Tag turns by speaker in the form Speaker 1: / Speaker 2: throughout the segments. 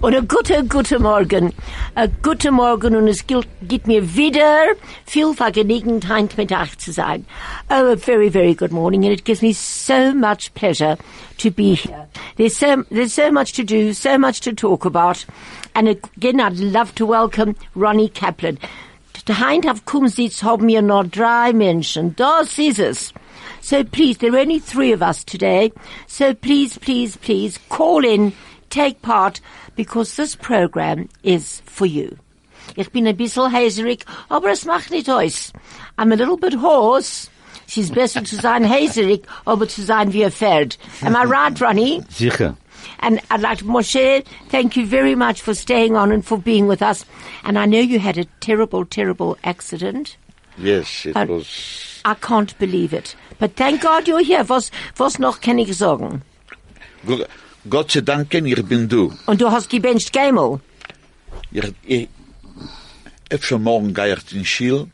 Speaker 1: Und ein guter, guter Morgen. Ein guter Morgen und es gilt, gibt mir wieder viel Vergnügen, heute Mittag zu sein. Oh, a very, very good morning and it gives me so much pleasure to be here. There's so, there's so much to do, so much to talk about. And again, I'd love to welcome Ronnie Kaplan. Heute auf Kumsitz haben wir noch drei Menschen. Das ist es. So please, there are only three of us today. So please, please, please call in, take part, because this program is for you. Ich bin ein bisschen haserig, aber es macht nicht aus. I'm a little bit hoarse. Es ist besser zu sein haserig, aber zu sein wie ein Pferd. Am I right, Ronnie?
Speaker 2: Sicher.
Speaker 1: And I'd like to, Moshe, thank you very much for staying on and for being with us. And I know you had a terrible, terrible accident.
Speaker 2: Yes, it
Speaker 1: Uh,
Speaker 2: was.
Speaker 1: I can't believe it. But thank God you're here. Was, was noch kann ich sagen?
Speaker 2: Go- Gott sei Dank, ich bin du.
Speaker 1: Und du hast gebencht Gamel.
Speaker 2: Ich, ich, öfter morgen gehe ich in Schiel,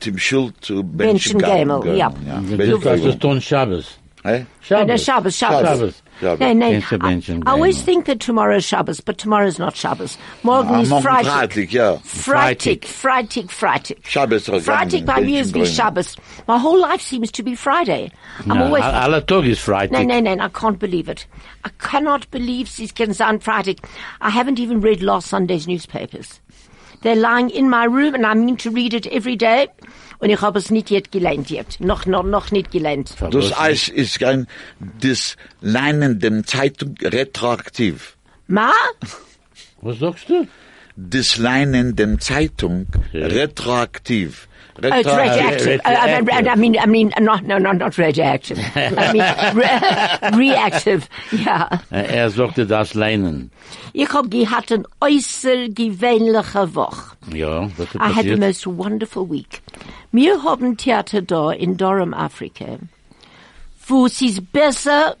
Speaker 2: zum Schiel zu Benchen
Speaker 1: Gamel, ja.
Speaker 3: Du kannst es tun Shabbos.
Speaker 2: Hey?
Speaker 1: Oh, no, Shabbos, Shabbos.
Speaker 3: Shabbos.
Speaker 2: Shabbos.
Speaker 1: No, no.
Speaker 3: Can't you mention
Speaker 1: I, I always
Speaker 3: Gamel?
Speaker 1: think that tomorrow is Shabbos, but tomorrow is not Shabbos. Morgen
Speaker 2: Am
Speaker 1: is
Speaker 2: Ah, Morgen
Speaker 1: Freitag.
Speaker 2: Freitag, ja.
Speaker 1: Freitag, Freitag, Freitag.
Speaker 2: Shabbos is
Speaker 1: Freitag
Speaker 2: Gamel,
Speaker 1: by me
Speaker 2: Benchen
Speaker 1: is be
Speaker 2: Gamel.
Speaker 1: Shabbos. My whole life seems to be Friday. I'm
Speaker 3: No,
Speaker 1: always
Speaker 3: a- alle Tag ist
Speaker 1: No,
Speaker 3: Freitag.
Speaker 1: no, no, I can't believe it. I cannot believe it can sound Friday. I haven't even read last Sunday's newspapers. They're lying in my room and I mean to read it every day. Und ich habe es nicht yet gelernt yet. Noch, noch, noch nicht gelernt.
Speaker 2: Das Eis ist kein, das Leinen dem Zeitung retroaktiv.
Speaker 1: Ma? Oh,
Speaker 3: Was sagst du?
Speaker 2: Das Leinen dem Zeitung
Speaker 3: Ja.
Speaker 2: retroaktiv.
Speaker 1: Oh, it's radioactive. Oh, I mean, I mean, I mean, not, no, no, not radioactive. I mean, re reactive. Yeah.
Speaker 3: Äh, Er sagte das Leinen.
Speaker 1: Ich habe gehabt eine äußergewöhnliche Woche.
Speaker 3: Ja, was ist
Speaker 1: I had the
Speaker 3: passiert?
Speaker 1: most wonderful week. Wir haben Theater da in Durham, Afrika. Wo es ist besser,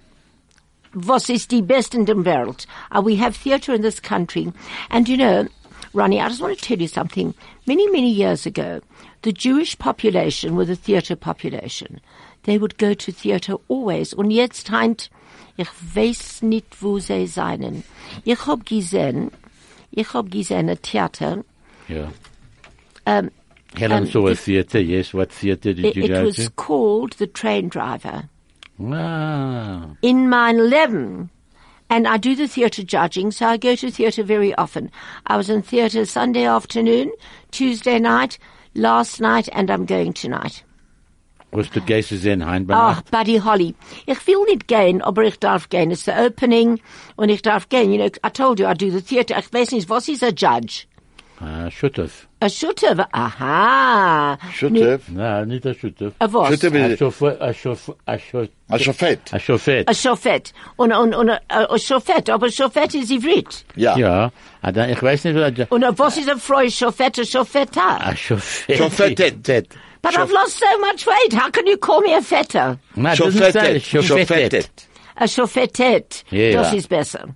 Speaker 1: was ist die beste in der Welt. Uh, we have theater in this country. And you know, Ronnie, I just want to tell you something. Many, many years ago, the Jewish population were the theater population. They would go to theater always. Und jetzt heint, ich weiß nicht, wo sie seien. Ich hab gesehen, ich hab gesehen ein Theater,
Speaker 3: Ja.
Speaker 1: ähm,
Speaker 3: Helen
Speaker 1: um,
Speaker 3: saw a
Speaker 1: this-
Speaker 3: theater. Yes, what theater did
Speaker 1: It,
Speaker 3: you
Speaker 1: it
Speaker 3: go
Speaker 1: was
Speaker 3: to?
Speaker 1: called The Train Driver
Speaker 3: Ah.
Speaker 1: in mine 11. And I do the theatre judging, so I go to theatre very often. I was in theatre Sunday afternoon, Tuesday night, last night, and I'm going tonight.
Speaker 3: Was du gehst zu sehen,
Speaker 1: Ah,
Speaker 3: Heinbach?
Speaker 1: Buddy Holly. Ich will nicht gehen, aber ich darf gehen. It's the opening, und ich darf gehen. You know, I told you I do the theatre. Ich weiß nicht, was ist a judge?
Speaker 3: Ah, Schüttev.
Speaker 1: A Schutter? Aha.
Speaker 2: Schütte,
Speaker 3: Na, nicht ein Schüttev.
Speaker 1: A was?
Speaker 2: Schütte
Speaker 3: Ein
Speaker 2: will,
Speaker 3: Schofet, ein Schofet, ein Schofet.
Speaker 2: ein Schafett.
Speaker 3: Ein Schofet.
Speaker 1: A Schofett. Und, und, und, a, a Schofett. Aber Schofett ist Ivrit.
Speaker 3: Ja. Ah, dann, ich weiß nicht, was...
Speaker 1: Und auf was ist ein Freu, Schofett, ein Schofetta?
Speaker 3: Ein Schofet.
Speaker 2: Schofettet.
Speaker 1: But I've lost so much weight. How can you call me a fetter?
Speaker 3: Na, das ist ein
Speaker 2: Schofettet.
Speaker 3: Schofet.
Speaker 2: Schofettet.
Speaker 1: A chauffettet.
Speaker 3: Yeah.
Speaker 1: Das ist besser.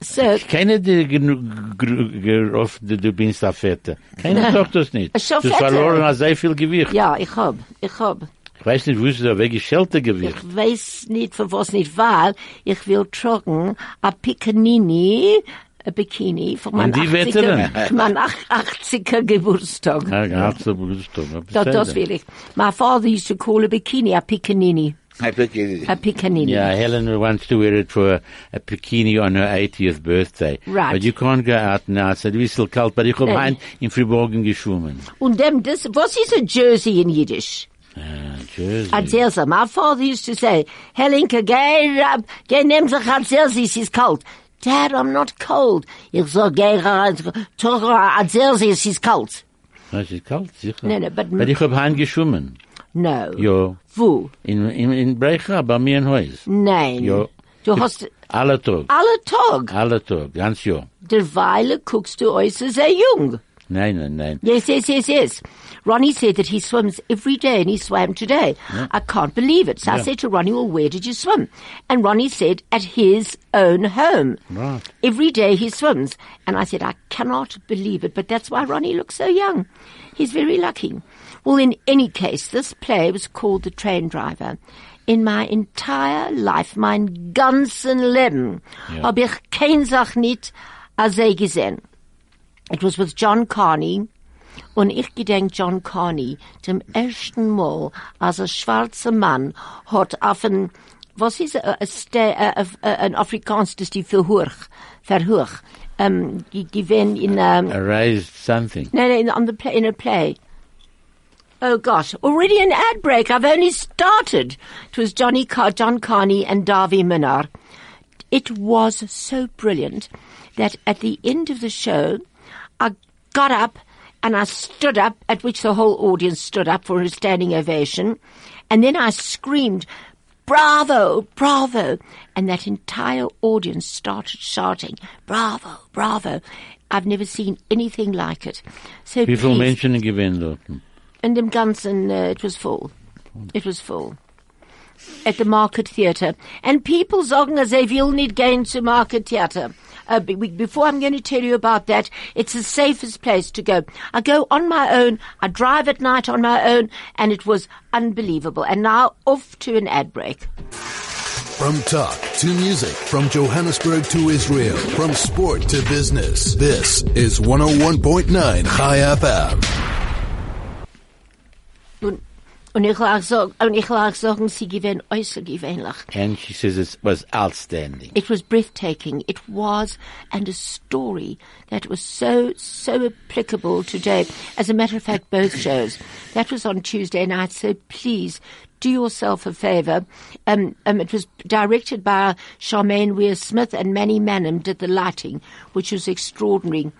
Speaker 1: So,
Speaker 3: Keine, die genug gerofft, du bist eine Fette. Keine sagt das nicht.
Speaker 1: Ist schon
Speaker 3: Du hast
Speaker 1: Fette.
Speaker 3: verloren an sehr viel Gewicht.
Speaker 1: ja, ich hab, ich hab.
Speaker 3: Ich weiß nicht, wo ist der Weg geschälte
Speaker 1: Ich
Speaker 3: Gewicht.
Speaker 1: weiß nicht, für was nicht, weil ich will tragen a Piccanini, a Bikini, für meinen
Speaker 3: Und die
Speaker 1: 80er,
Speaker 3: Wetteren?
Speaker 1: für meinen ach- 80er Geburtstag.
Speaker 3: Ja, absolut.
Speaker 1: Das, das will ich. My father used to call a bikini a Piccanini, a Piccanini.
Speaker 3: Yeah, Helen wants to wear it for a bikini on her 80th birthday.
Speaker 1: Right.
Speaker 3: But you can't go out now. It's a little cold. But ich habe
Speaker 1: Nee.
Speaker 3: ein in Friborgen geschwommen.
Speaker 1: Und dem, das, was ist a Jersey in Yiddish?
Speaker 3: Ah, Jersey.
Speaker 1: Hat Zelsa. My father used to say, Helenke, geh, rab, geh, nehm sich an Zelsa, es ist kalt. Dad, I'm not cold. Ich sag, geh, toch an Zelsa, es ist kalt.
Speaker 3: Das ist kalt, sicher.
Speaker 1: Nee, nee, but-
Speaker 3: But ich habe ein geschwommen.
Speaker 1: No.
Speaker 3: Ja.
Speaker 1: Wo?
Speaker 3: In, in, in Brecha, bei mir in Haus.
Speaker 1: Nein.
Speaker 3: Ja.
Speaker 1: Du hast
Speaker 3: Alle Tag.
Speaker 1: alle Tag.
Speaker 3: Alle Tag. Ganz Jahr.
Speaker 1: Derweile guckst du äußerst sehr jung.
Speaker 3: Nein, nein, nein.
Speaker 1: Yes, yes, yes, yes. Ronnie said that he swims every day and he swam today. I can't believe it. So I
Speaker 3: Yeah.
Speaker 1: said to Ronnie, well, where did you swim? And Ronnie said, at his own home.
Speaker 3: Right.
Speaker 1: Every day he swims. And I said, I cannot believe it, but that's why Ronnie looks so young. He's very lucky. Well, in any case, this play was called The Train Driver. In my entire life, mein ganzen Leben, habe ich kein Sach nicht als sie gesehen. It was with John Carney. Und ich gedenk John Carney zum ersten Mal, als ein schwarzer Mann hat auf ein, was ist äh, ein Ste- äh, auf, äh, ein Afrikaans, das die verhoch, verhoch, ähm, die, die werden in, ähm,
Speaker 3: Äh. Erased something.
Speaker 1: no, no, in, on the play, in a play. Oh gosh, already an ad break. I've only started. It was Johnny Car- John Carney and Davi Minar. It was so brilliant that at the end of the show, I got up and I stood up, at which the whole audience stood up for a standing ovation. And then I screamed, Bravo, bravo. And that entire audience started shouting, Bravo, bravo. I've never seen anything like it. So
Speaker 3: Wie viele
Speaker 1: please-
Speaker 3: Menschen gewinnen dort?
Speaker 1: in dem Ganzen, uh, it was full. It was full. At the Market Theatre. And people sagen, as they will need gain to Market Theatre. Uh, be- we- before I'm going to tell you about that, it's the safest place to go. I go on my own. I drive at night on my own, and it was unbelievable. And now off to an ad break.
Speaker 4: From talk to music, from Johannesburg to Israel, from sport to business, this is 101.9 High FM.
Speaker 1: Und, und ich will auch sagen, und ich will auch sagen, sie gewinnen äußergewöhnlich.
Speaker 3: And she says it was outstanding.
Speaker 1: It was breathtaking. It was, and a story that was so, so applicable today. As a matter of fact, both shows. That was on Tuesday night, so please do yourself a favour. Um, um, it was directed by Charmaine Weir Smith, and Manny Manham did the lighting, which was extraordinary.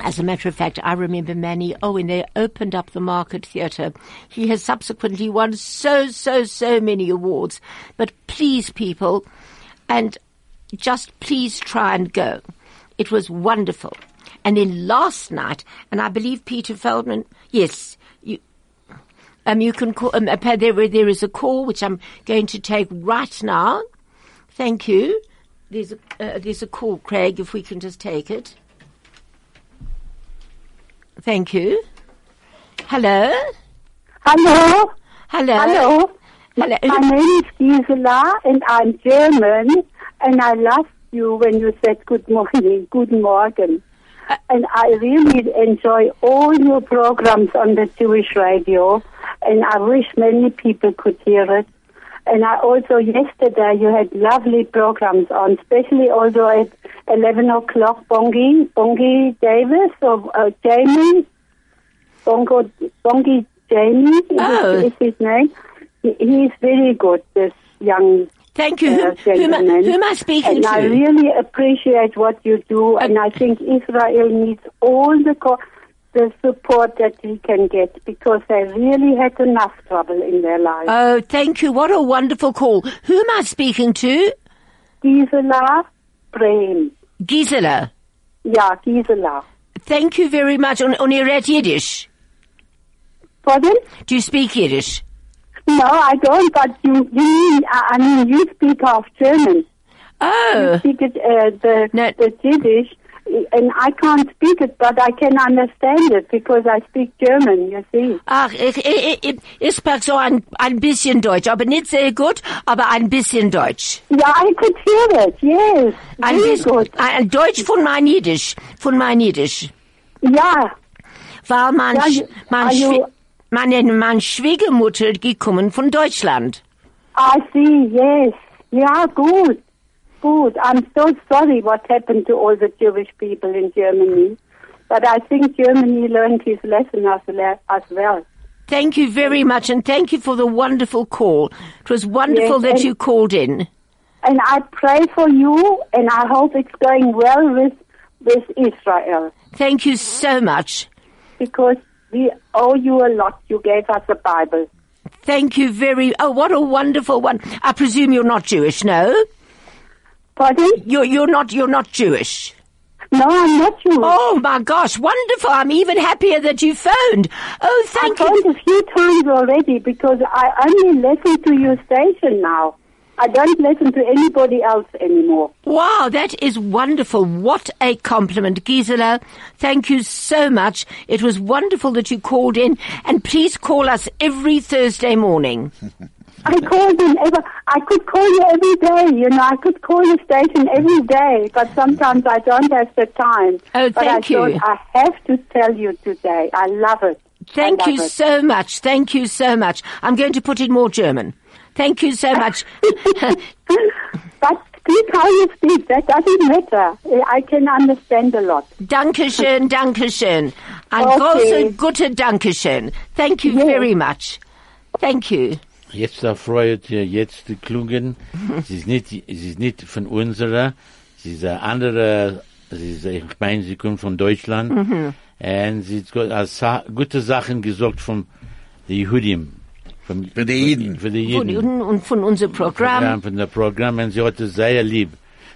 Speaker 1: As a matter of fact, I remember Manny, oh, when they opened up the Market Theatre, he has subsequently won so, so, so many awards. But please, people, and just please try and go. It was wonderful. And then last night, and I believe Peter Feldman, yes, you, um, you can call, um, appa- there, there is a call which I'm going to take right now. Thank you. There's a, uh, there's a call, Craig, if we can just take it. Thank you. Hello?
Speaker 5: Hello,
Speaker 1: Hello?
Speaker 5: hello.
Speaker 1: Hello.
Speaker 5: My name is Gisela, and I'm German. And I loved you when you said good morning, good morgen. And I really enjoy all your programs on the Jewish radio, and I wish many people could hear it. And I also yesterday you had lovely programs on, especially also at eleven o'clock. Bongi, Bongi Davis or uh, Jamie, Bongo, Bongi Jamie is,
Speaker 1: Oh.
Speaker 5: is his name. He, he's very good. This young
Speaker 1: Thank you.
Speaker 5: uh,
Speaker 1: who, who, am, I-
Speaker 5: gentleman.
Speaker 1: who am I speaking
Speaker 5: and
Speaker 1: to?
Speaker 5: I really appreciate what you do, and I think Israel needs all the co- the support that we can get because they really had enough trouble in their lives.
Speaker 1: Oh, thank you. What a wonderful call. Who am I speaking to?
Speaker 5: Gisela Brehm.
Speaker 1: Gisela.
Speaker 5: Yeah, Gisela.
Speaker 1: Thank you very much. On, on Irat Yiddish.
Speaker 5: Pardon?
Speaker 1: Do you speak Yiddish?
Speaker 5: No, I don't, but you, you mean, I I mean, you speak half German.
Speaker 1: Oh,
Speaker 5: speak it, uh, the,
Speaker 1: No.
Speaker 5: the Yiddish, and I can't speak it, but I can understand it because I speak German, you see.
Speaker 1: ach, ich, ich, ich, ich spreche so ein, ein bisschen Deutsch, aber nicht sehr gut, aber ein bisschen Deutsch.
Speaker 5: Yeah, I could hear it, yes.
Speaker 1: Ein
Speaker 5: Very
Speaker 1: bisschen-
Speaker 5: good.
Speaker 1: Ein Deutsch von mein Jiddisch, von mein Jiddisch.
Speaker 5: Yeah.
Speaker 1: Weil mein,
Speaker 5: Ja,
Speaker 1: Sch-
Speaker 5: you-
Speaker 1: mein
Speaker 5: are you-
Speaker 1: Schwie- meine, meine Schwiegermutter gekommen von Deutschland.
Speaker 5: I see, yes. Yeah, good. Good. I'm so sorry what happened to all the Jewish people in Germany. But I think Germany learned his lesson as, le- as well.
Speaker 1: Thank you very much, and thank you for the wonderful call. It was wonderful
Speaker 5: Yes,
Speaker 1: that
Speaker 5: and-
Speaker 1: you called in.
Speaker 5: And I pray for you, and I hope it's going well with, with Israel.
Speaker 1: Thank you so much.
Speaker 5: because we owe you a lot. You gave us the Bible.
Speaker 1: Thank you very. Oh, what a wonderful one! I presume you're not Jewish, no?
Speaker 5: Pardon?
Speaker 1: You're you're not you're not Jewish.
Speaker 5: No, I'm not you.
Speaker 1: Oh my gosh, wonderful! I'm even happier that you phoned. Oh,
Speaker 5: I
Speaker 1: thank you.
Speaker 5: phoned a few times already because I only listen to your station now. I don't listen to anybody else anymore.
Speaker 1: Wow, that is wonderful. What a compliment, Gisela. Thank you so much. It was wonderful that you called in, and please call us every Thursday morning.
Speaker 5: I called him every, I could call you every day, you know, I could call the station every day, but sometimes I don't have the time.
Speaker 1: Oh,
Speaker 5: but I
Speaker 1: thank you.
Speaker 5: thought, I have to tell you today. I love it. I
Speaker 1: Thank you
Speaker 5: love it.
Speaker 1: so much. Thank you so much. I'm going to put in more German. Thank you so much.
Speaker 5: But speak how you speak, that doesn't matter. I can understand a lot.
Speaker 1: Dankeschön, Dankeschön. Ein
Speaker 5: Okay.
Speaker 1: großer, guter Dankeschön. Thank you
Speaker 5: Yes.
Speaker 1: very much. Thank you.
Speaker 3: Jetzt erfreut ihr jetzt die Klungen. Es ist nicht, es ist nicht von unserer. Es ist eine andere, es ist, ich meine, sie kommt von Deutschland. Und sie hat got- als Sa- gute Sachen gesagt von den Jehudim. Von,
Speaker 2: Von den Jiden.
Speaker 3: Von den
Speaker 1: Von
Speaker 3: Jiden.
Speaker 1: Ihnen und von unserem Programm.
Speaker 3: Programm, von dem Programm, und sie hat es sehr lieb.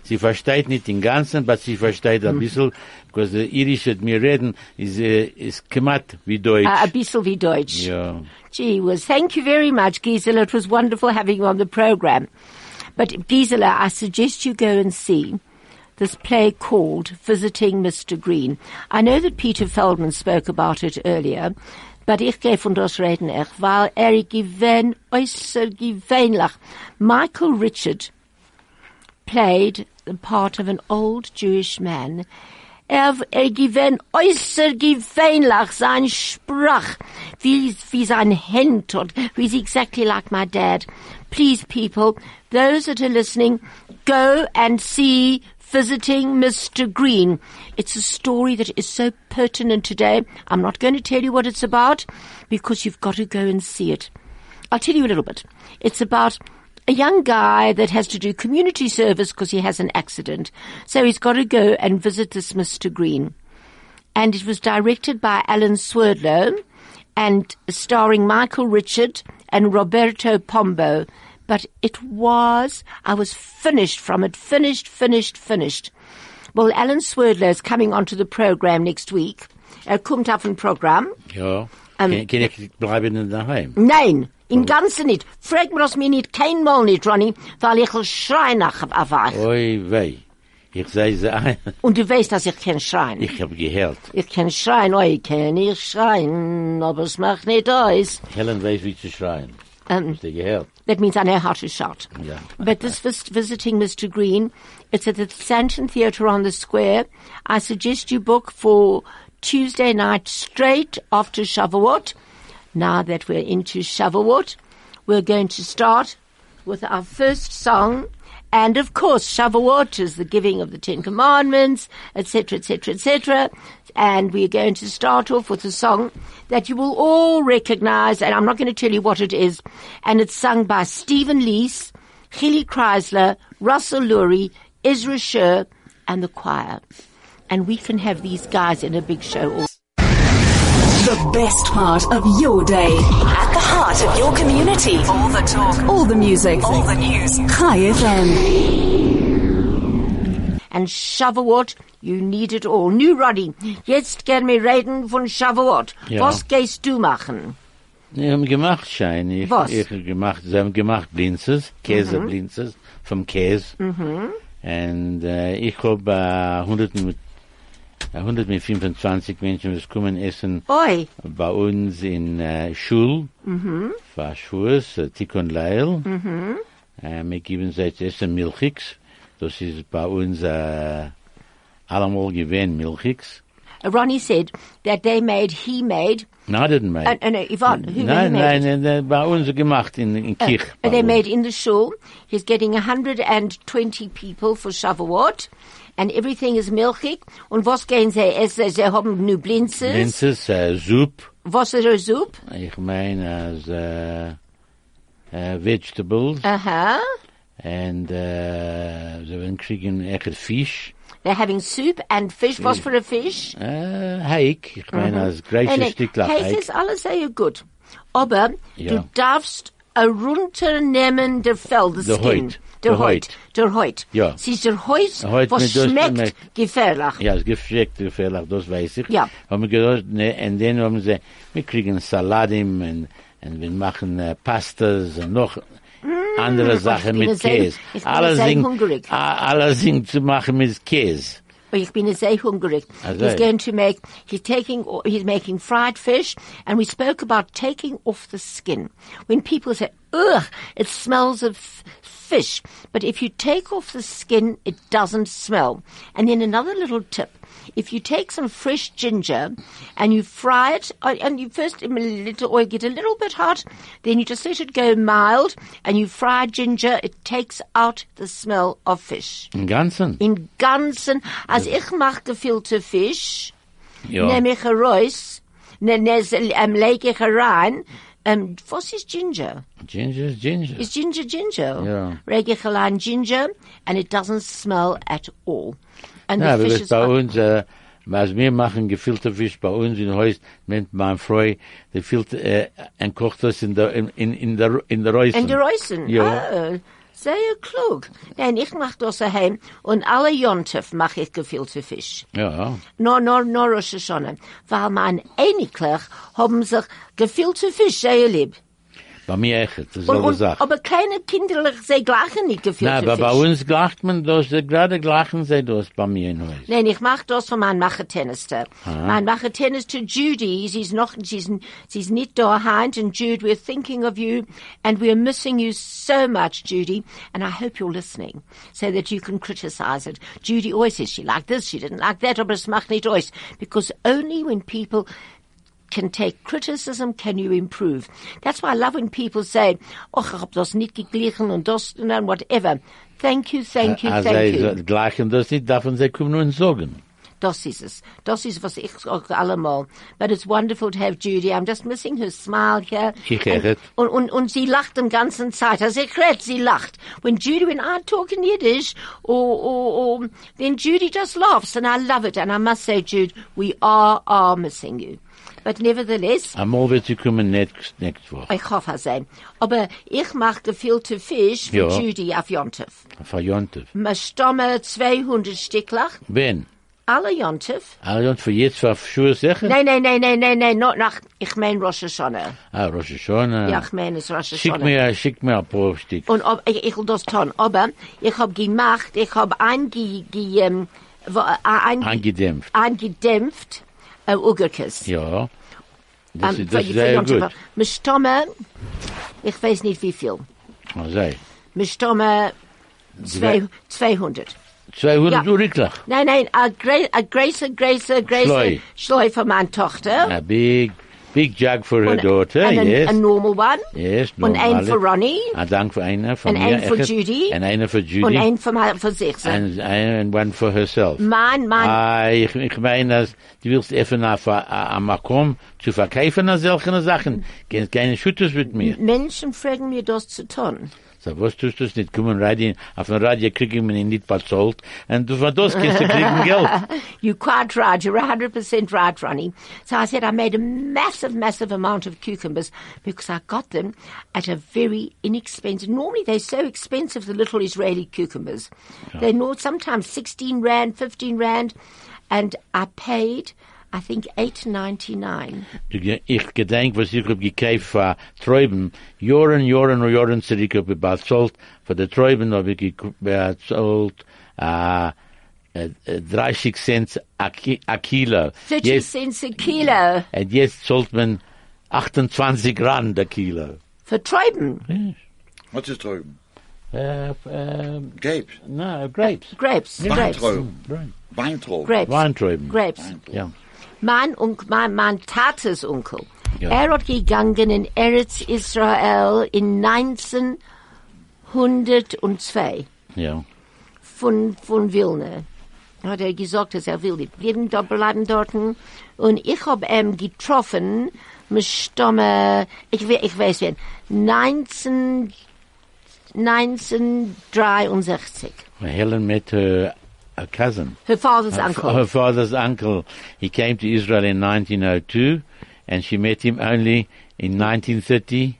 Speaker 3: Sie versteht nicht den Ganzen, aber sie versteht
Speaker 1: Hm.
Speaker 3: ein bisschen, because the Irish that mir reden, ist, äh, ist gemacht wie Deutsch.
Speaker 1: Ah, ein bisschen wie Deutsch.
Speaker 3: ja.
Speaker 1: Gee whiz. Thank you very much, Gisela. It was wonderful having you on the program. But Gisela, I suggest you go and see this play called Visiting Mr. Green. I know that Peter Feldman spoke about it earlier, but ich gehe von das reden echt, weil er gewinn, äußer gewöhnlich. Michael Richard played the part of an old Jewish man. Er, er gewinn äußergewöhnlich sein Sprach, wie, wie sein Hemd und wie he's exactly like my dad. Please people, those that are listening, go and see Visiting Mr. Green. It's a story that is so pertinent today. I'm not going to tell you what it's about because you've got to go and see it. I'll tell you a little bit. It's about a young guy that has to do community service because he has an accident. So he's got to go and visit this Mr. Green. And it was directed by Alan Swerdlow and starring Michael Richard and Roberto Pombo. But it was, I was finished from it, finished, finished, finished. Well, Alan Swerdlow is coming onto the program next week. Er kommt auf ein Programm.
Speaker 3: Ja.
Speaker 1: Ähm.
Speaker 3: Kann- kann ich bleiben daheim?
Speaker 1: Nein, im Ganzen nicht. Frag mir das mir nicht, kein Mal nicht, Ronny, weil ich will schreien nach auf euch.
Speaker 3: Oi, wei. Ich sei sie ein.
Speaker 1: Und du weißt, dass ich kann schreien.
Speaker 3: Ich hab gehört.
Speaker 1: Ich kann schreien, oh, ich kann nicht schreien, aber es macht nicht aus.
Speaker 3: Helen weiß, wie zu schreien.
Speaker 1: Ähm,
Speaker 3: Hast du gehört?
Speaker 1: that means I know how to shout.
Speaker 3: Yeah.
Speaker 1: But this vis- visiting Mr. Green, it's at the Stanton Theatre on the Square. I suggest you book for Tuesday night straight after Shavuot. Now that we're into Shavuot, we're going to start with our first song. And of course, Shavuot is the giving of the Ten Commandments, etc., etc., etc. And we're going to start off with a song that you will all recognize, and I'm not going to tell you what it is. And it's sung by Stephen Lees, Hilly Chrysler, Russell Lurie, Ezra Sher, and the choir. And we can have these guys in a big show also.
Speaker 6: The best part of your day. At the heart of your community. All the talk. All the music. All the news. Hi FM.
Speaker 1: And Shavuot, you need it all. New Roddy, jetzt gern mir reden von Shavuot.
Speaker 3: Ja.
Speaker 1: Was gehst du machen?
Speaker 3: Sie haben gemacht, Schein. Ich,
Speaker 1: Was?
Speaker 3: Ich hab gemacht, sie haben gemacht Blinzes, Käseblinzes, vom Käse. Und äh, ich hab äh, 100 mit, äh, 125 Menschen, die kommen essen
Speaker 1: Oi,
Speaker 3: bei uns in äh, Schul, war Schuhes, äh, Tikkun Leil. Äh, wir geben seit Essen Milchix. Das ist bei uns äh, allemal gewesen Milchix.
Speaker 1: Ronnie said that they made, he made,
Speaker 3: Nein, das nicht.
Speaker 1: uh, no, Yvonne, who they
Speaker 3: Nein,
Speaker 1: made
Speaker 3: nein,
Speaker 1: it?
Speaker 3: nein, nein, bei uns gemacht in, in
Speaker 1: Uh,
Speaker 3: Kirch. bei
Speaker 1: they
Speaker 3: uns.
Speaker 1: made in the shul. He's getting 120 people for Shavuot. And everything is milchig. Und was gehen sie essen? Sie haben nur Blinzes.
Speaker 3: Minzes, äh, Soup,
Speaker 1: Was ist eine Suppe?
Speaker 3: ich meine, als äh, äh, Vegetables
Speaker 1: Ah. Aha.
Speaker 3: und äh, sie werden kriegen echt Fisch.
Speaker 1: They're having soup and fish. Was für ein Fisch?
Speaker 3: Äh, Heik, ich meine,
Speaker 1: Mhm.
Speaker 3: als gleiches Stück
Speaker 1: Cake
Speaker 3: Heik.
Speaker 1: ist alles sehr gut. Aber du
Speaker 3: Ja.
Speaker 1: darfst herunternehmen der Feldeskin.
Speaker 3: Der Heut.
Speaker 1: Der
Speaker 3: Der
Speaker 1: Heut. Der Heut.
Speaker 3: Ja.
Speaker 1: Sie ist der Heut,
Speaker 3: Heut
Speaker 1: was
Speaker 3: mit Durst
Speaker 1: schmeckt
Speaker 3: schmeckt.
Speaker 1: gefährlich.
Speaker 3: Ja, es gefleckt gefährlich, das weiß ich.
Speaker 1: Ja.
Speaker 3: Haben wir gedacht, ne, und dann haben sie, wir kriegen Saladim und, und wir machen äh, Pastas und noch
Speaker 1: Mm,
Speaker 3: andere Sachen
Speaker 1: bin
Speaker 3: mit
Speaker 1: sehr-
Speaker 3: Käse.
Speaker 1: ich bin
Speaker 3: Alles
Speaker 1: sehr
Speaker 3: sind-
Speaker 1: hungrig.
Speaker 3: a- Alles sind zu machen mit Käse.
Speaker 1: But he's been very hungry.
Speaker 3: Also.
Speaker 1: He's going to make, he's taking, he's making fried fish, and we spoke about taking off the skin. When people say, ugh, it smells of fish. But if you take off the skin, it doesn't smell. And then another little tip. If you take some fresh ginger and you fry it, uh, and you first in a little oil, get a little bit hot, then you just let it go mild, and you fry ginger, it takes out the smell of fish.
Speaker 3: Im Ganzen.
Speaker 1: In ganzen, als ich mache gefilte Fisch,
Speaker 3: Ja.
Speaker 1: nehm ich heraus, ne, ne, ähm, lege ich herein, ähm, was ist Ginger?
Speaker 3: Ginger is ginger.
Speaker 1: It's ginger, ginger.
Speaker 3: Yeah.
Speaker 1: Regular ginger, and it doesn't smell at all. And
Speaker 3: Ja,
Speaker 1: the
Speaker 3: weil
Speaker 1: fish
Speaker 3: es
Speaker 1: is
Speaker 3: bei
Speaker 1: like-
Speaker 3: uns, äh, als wir machen gefüllte Fisch bei uns in Haus, nennt man Freu, der filtert, äh, und kocht das in der, in, in, in der, in der Reusen.
Speaker 1: En de reusen.
Speaker 3: Ja.
Speaker 1: Oh, sehr klug. Nein, ich mach das daheim und alle Jontef mach ich gefilte Fisch.
Speaker 3: Ja.
Speaker 1: Nur, nur, nur Rosh Hashanah. Weil mein Einiglich haben sich gefilte Fisch sehr lieb.
Speaker 3: Bei mir echt, das ist
Speaker 1: Und,
Speaker 3: eine
Speaker 1: und,
Speaker 3: Sache.
Speaker 1: aber kleine Kinderlich, sie gleichen nicht gefilte
Speaker 3: Nein, aber
Speaker 1: Fisch.
Speaker 3: bei uns gleicht man das, äh, gerade gleichen sie das bei mir in Haus.
Speaker 1: Nein, ich mach das von meinem Machetennister. Mein Machetennister Judy, she's noch, she's, she's nicht daheim. And Jude, we're thinking of you and we're missing you so much, Judy. And I hope you're listening so that you can criticize it. Judy always says she liked this, she didn't like that, aber es macht nicht euch. Because only when people can take criticism, can you improve? That's why I love when people say, oh, ich hab das nicht geglichen und das und whatever. Thank you, thank you,
Speaker 3: Als
Speaker 1: thank you.
Speaker 3: sie gleichen Äh, das nicht, dürfen sie kommen und sagen.
Speaker 1: Das ist es. Das ist, was ich sage allemal. But it's wonderful to have Judy. I'm just missing her smile here.
Speaker 3: Ich rede.
Speaker 1: Und, und, und sie lacht den ganzen Zeit. Also ich rede, sie lacht. When Judy, when I talk in Yiddish, or, or, or, then Judy just laughs and I love it. And I must say, Jude, we are, are missing you. But nevertheless,
Speaker 3: Einmal wird sie kommen next, next Woche.
Speaker 1: ich hoffe sein. Aber ich mache gefilte Fisch für
Speaker 3: Ja.
Speaker 1: Judy auf Jontef.
Speaker 3: Für Jontef.
Speaker 1: Man stamme 200 Stücklach,
Speaker 3: Wen?
Speaker 1: alle Jontef.
Speaker 3: Arion, für jetzt, für Schuhe sicher?
Speaker 1: Nein, nein, nein, nein, nein, nein, not nach, ich mein Rosh Hashanah.
Speaker 3: Ah, Rosh Hashanah.
Speaker 1: Ja, ich mein es Rosh
Speaker 3: Schick
Speaker 1: Hashanah.
Speaker 3: mir, schick mir ein paar Stück.
Speaker 1: Und ob, ich, ich will das tun, aber ich hab gemacht, ich hab einge, ge, ähm, wo- äh, ein,
Speaker 3: Angedämpft.
Speaker 1: eingedämpft, äh, Ugerkes.
Speaker 3: Ja. Das,
Speaker 1: Ähm,
Speaker 3: ist-
Speaker 1: für-
Speaker 3: das ist
Speaker 1: für
Speaker 3: sehr
Speaker 1: Yom Tov.
Speaker 3: gut.
Speaker 1: Mir stamme, ich weiß nicht wie viel,
Speaker 3: Oh, sei.
Speaker 1: mir stamme zwei,
Speaker 3: Zwei-
Speaker 1: 200.
Speaker 3: 200
Speaker 1: Ja.
Speaker 3: Uhr Riklach.
Speaker 1: Nein, nein, a Grace, a Grace, a Grace, a Grace,
Speaker 3: Schleu.
Speaker 1: Schleu von meiner Tochter.
Speaker 3: A big, big jug for her
Speaker 1: Und-
Speaker 3: daughter,
Speaker 1: and a,
Speaker 3: yes.
Speaker 1: a normal one.
Speaker 3: yes,
Speaker 1: Und ein
Speaker 3: normale.
Speaker 1: für Ronnie.
Speaker 3: Ah, dank für einer von
Speaker 1: Und
Speaker 3: mir.
Speaker 1: ein für
Speaker 3: echt.
Speaker 1: Judy.
Speaker 3: Und einer für Judy.
Speaker 1: Und ein für, mein- für sich.
Speaker 3: And, and one for herself.
Speaker 1: Mein, mein,
Speaker 3: Ah, ich, ich meine, dass du willst even auf am Makom zu verkaufen an solchen Sachen. Gehen keine Schüttes mit mir.
Speaker 1: Menschen fragen mir das zu tun.
Speaker 3: So, was dus tust du nicht? Kommen Radio, auf dem Radio krieg ich mich nicht bezahlt. Und du von das kannst du kriegen Geld.
Speaker 1: You're quite right. You're 100% right, Ronnie. So I said I made a massive, massive amount of cucumbers because I got them at a very inexpensive. Normally they're so expensive, the little Israeli cucumbers. They're not, sometimes 16 rand, 15 rand, and I paid, I think, 8.99.
Speaker 3: Du, ge- Ich gedenk, was ich hab gekauft für Träuben, Jahren, Jahren und Jahren zurück hab ich bezahlt, für die Träuben hab ich gek- bezahlt, äh, äh, äh, 30 Cent a Ki- a Kilo.
Speaker 1: 30
Speaker 3: Jetzt,
Speaker 1: cents a kilo
Speaker 3: und jetzt zahlt man 28 Rand a Kilo.
Speaker 1: for Treuben
Speaker 2: Wat is Treuben?
Speaker 3: Äh, äh,
Speaker 2: Grapes.
Speaker 3: na, nou, Grapes.
Speaker 1: grapes, grapes,
Speaker 2: Weintrauben. Weintrauben.
Speaker 1: grapes,
Speaker 3: Weinträuben.
Speaker 1: grapes.
Speaker 3: Ja.
Speaker 1: Mein Onkel, mein, mein Tates Onkel,
Speaker 3: Ja.
Speaker 1: er hat gegangen in Eretz Israel in 1902
Speaker 3: Ja.
Speaker 1: von, von Wilne. Hat er gesagt, dass er will nicht bleiben, da bleiben dort. Und ich hab ihn getroffen, mit Stamme, ich, we- ich weiß wen, 19, 1963.
Speaker 3: Helen met her, her cousin.
Speaker 1: Her father's
Speaker 3: Her-
Speaker 1: uncle.
Speaker 3: Her father's uncle. He came to Israel in 1902, and she met him only in 1930,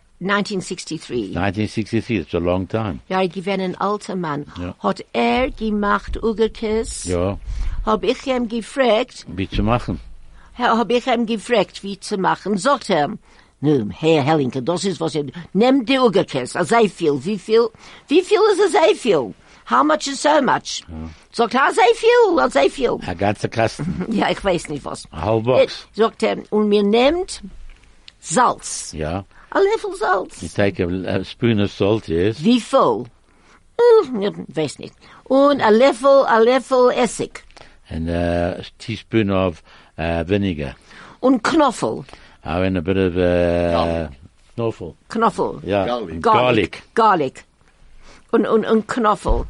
Speaker 1: 1963.
Speaker 3: 1963. It's a long time.
Speaker 1: Ja, ich bin ein alter Mann.
Speaker 3: Ja.
Speaker 1: Hat er gemacht, Ugerkes?
Speaker 3: Ja,
Speaker 1: Hab ich ihm gefragt,
Speaker 3: wie zu machen.
Speaker 1: hab ich ihm gefragt, wie zu machen. Sagt er, nun, Herr Hellinke, das ist was er, nimm die Ugerkes, a sei viel, wie viel, wie viel ist a sei viel? How much is so much? Sagt er, a sei viel, a sei viel.
Speaker 3: A ganzer Kasten.
Speaker 1: Ja, ich weiß nicht was. Äh,
Speaker 3: A whole box.
Speaker 1: Sagt er, und mir nimmt Salz.
Speaker 3: Ja.
Speaker 1: A level salt.
Speaker 3: You take a, a spoon of salt, yes.
Speaker 1: Wie viel? Äh, ja, weiß nicht. Und a level, a level Essig.
Speaker 3: And a teaspoon of uh, vinegar.
Speaker 1: Und Knoffel.
Speaker 3: Oh, and a bit of uh, Knofel.
Speaker 1: Knoffel.
Speaker 3: Yeah.
Speaker 2: Garlic.
Speaker 3: Garlic.
Speaker 1: Garlic. Und, und, und Knoffel.